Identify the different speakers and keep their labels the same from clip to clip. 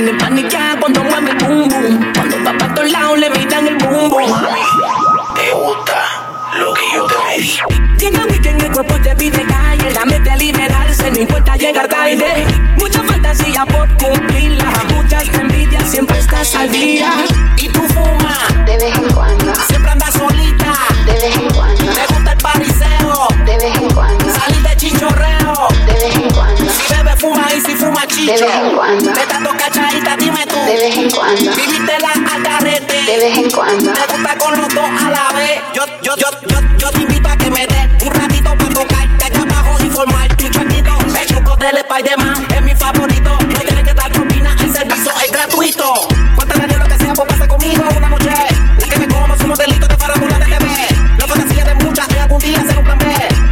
Speaker 1: le paniquea cuando mueve el pum pum. Cuando va para todos lados le miran el pum pum. Mami,
Speaker 2: te gusta lo que yo te medí.
Speaker 1: Tiene a mí que en el cuerpo te pide calle. La mete a liberarse, no importa llegar tarde. Mucha fantasía por cumplirla. Muchas envidias, siempre estás al día. Y tú fumas,
Speaker 3: de vez en cuando,
Speaker 1: siempre andas solita.
Speaker 3: de vez en cuando,
Speaker 1: Te gusta el pariseo,
Speaker 3: de vez en cuando,
Speaker 1: salir de chinchorreo.
Speaker 3: de vez en cuando,
Speaker 1: Si bebe, fuma y si fuma, chicho.
Speaker 3: De vez en cuando.
Speaker 1: Te tanto cachadita, dime tú.
Speaker 3: de vez en cuando,
Speaker 1: Viviste la al carrete.
Speaker 3: de vez en cuando,
Speaker 1: Te gusta con los dos a la vez. Yo, yo, yo, yo, yo te invito a que me des un ratito para tocarte acá abajo y formar tu chonquito. El choco del Spider-Man es mi favorito. No tienes que dar propina, el servicio es gratuito. Cuéntame de lo que sea por pasar conmigo una noche. La que me como es un modelito de farándula de TV. La fantasía de muchas es algún día ser un plan B.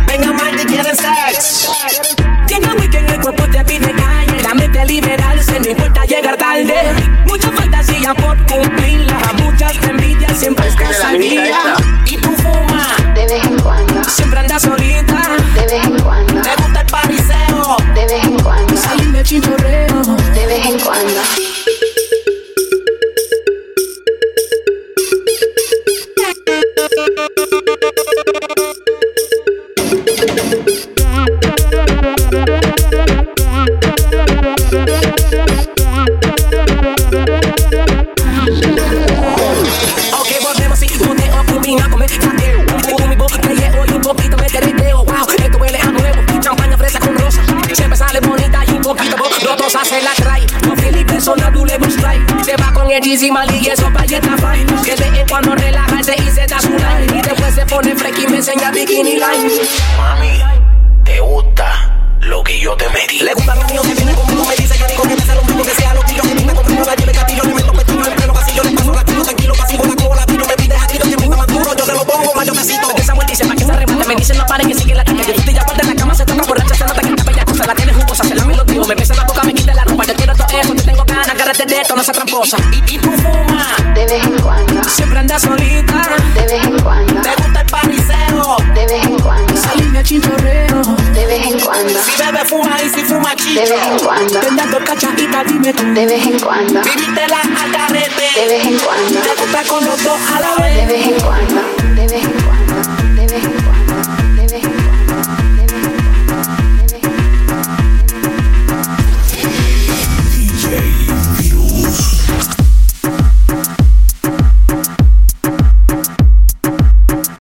Speaker 1: Venga, mal y quieren sex. Llegame que en el cuerpo te pide calle. La mente liberarse, no importa llegar tarde. Mucha fantasía por cumplirla. Muchas envidias, siempre estás al día. Y tú fumas,
Speaker 3: de vez en cuando,
Speaker 1: siempre andas solita.
Speaker 3: de vez en cuando,
Speaker 1: Te gusta el pariseo,
Speaker 3: de vez en cuando,
Speaker 1: salir de chinchorreo.
Speaker 3: de vez en cuando.
Speaker 1: Ok, volvemos y boteo, propina, come, cateo. Un mi boca, peleo y un poquito me tereteo. Wow, esto huele a nuevo. Champaña, fresa con rosa. Siempre sale bonita y un poquito vos. Los dos hacen la trae. Con Felipe Sola, tú le buscas. Se va con el Jeezy Mali y eso pa' y está fine. Que de vez cuando relaja se y se da su line. Y después se pone fresca y me enseña bikini line.
Speaker 2: Mami, te gusta lo que yo te metí.
Speaker 1: Le gusta lo mío que viene conmigo, me dice que digo que me sea lo mismo que sea lo mío. Que me compro una lleve gatillo, le meto pestillo entre los pasillos, le paso rápido, tranquilo, pasivo, la cola, pino, me pide aquí, que me más duro, yo se lo pongo, más yo necesito. Esa muerte dice, pa' que se remate, me dicen no paren, que sigue la tía, que usted ya parte en la cama, se toca borracha, se nota que esta bella cosa la tiene jugosa, se la me lo digo, me besa la boca, me quita la ropa, yo quiero todo eso, te tengo ganas, agárrate de esto, no sea tramposa. Y, y tú fumas,
Speaker 3: De vez en cuando,
Speaker 1: siempre andas solita,
Speaker 3: de vez en cuando,
Speaker 1: te gusta el pariseo,
Speaker 3: de vez en cuando,
Speaker 1: salir de chinchorreo,
Speaker 3: de vez en cuando,
Speaker 1: si bebe, fuma y si fuma
Speaker 3: de
Speaker 1: chicha.
Speaker 3: vez en cuando,
Speaker 1: Te dando cachadita, dime tú.
Speaker 3: de vez en cuando,
Speaker 1: Viviste la al
Speaker 3: de
Speaker 1: carrete.
Speaker 3: vez en cuando,
Speaker 1: Te gusta con los dos a la
Speaker 3: de
Speaker 1: vez.
Speaker 3: vez en cuando.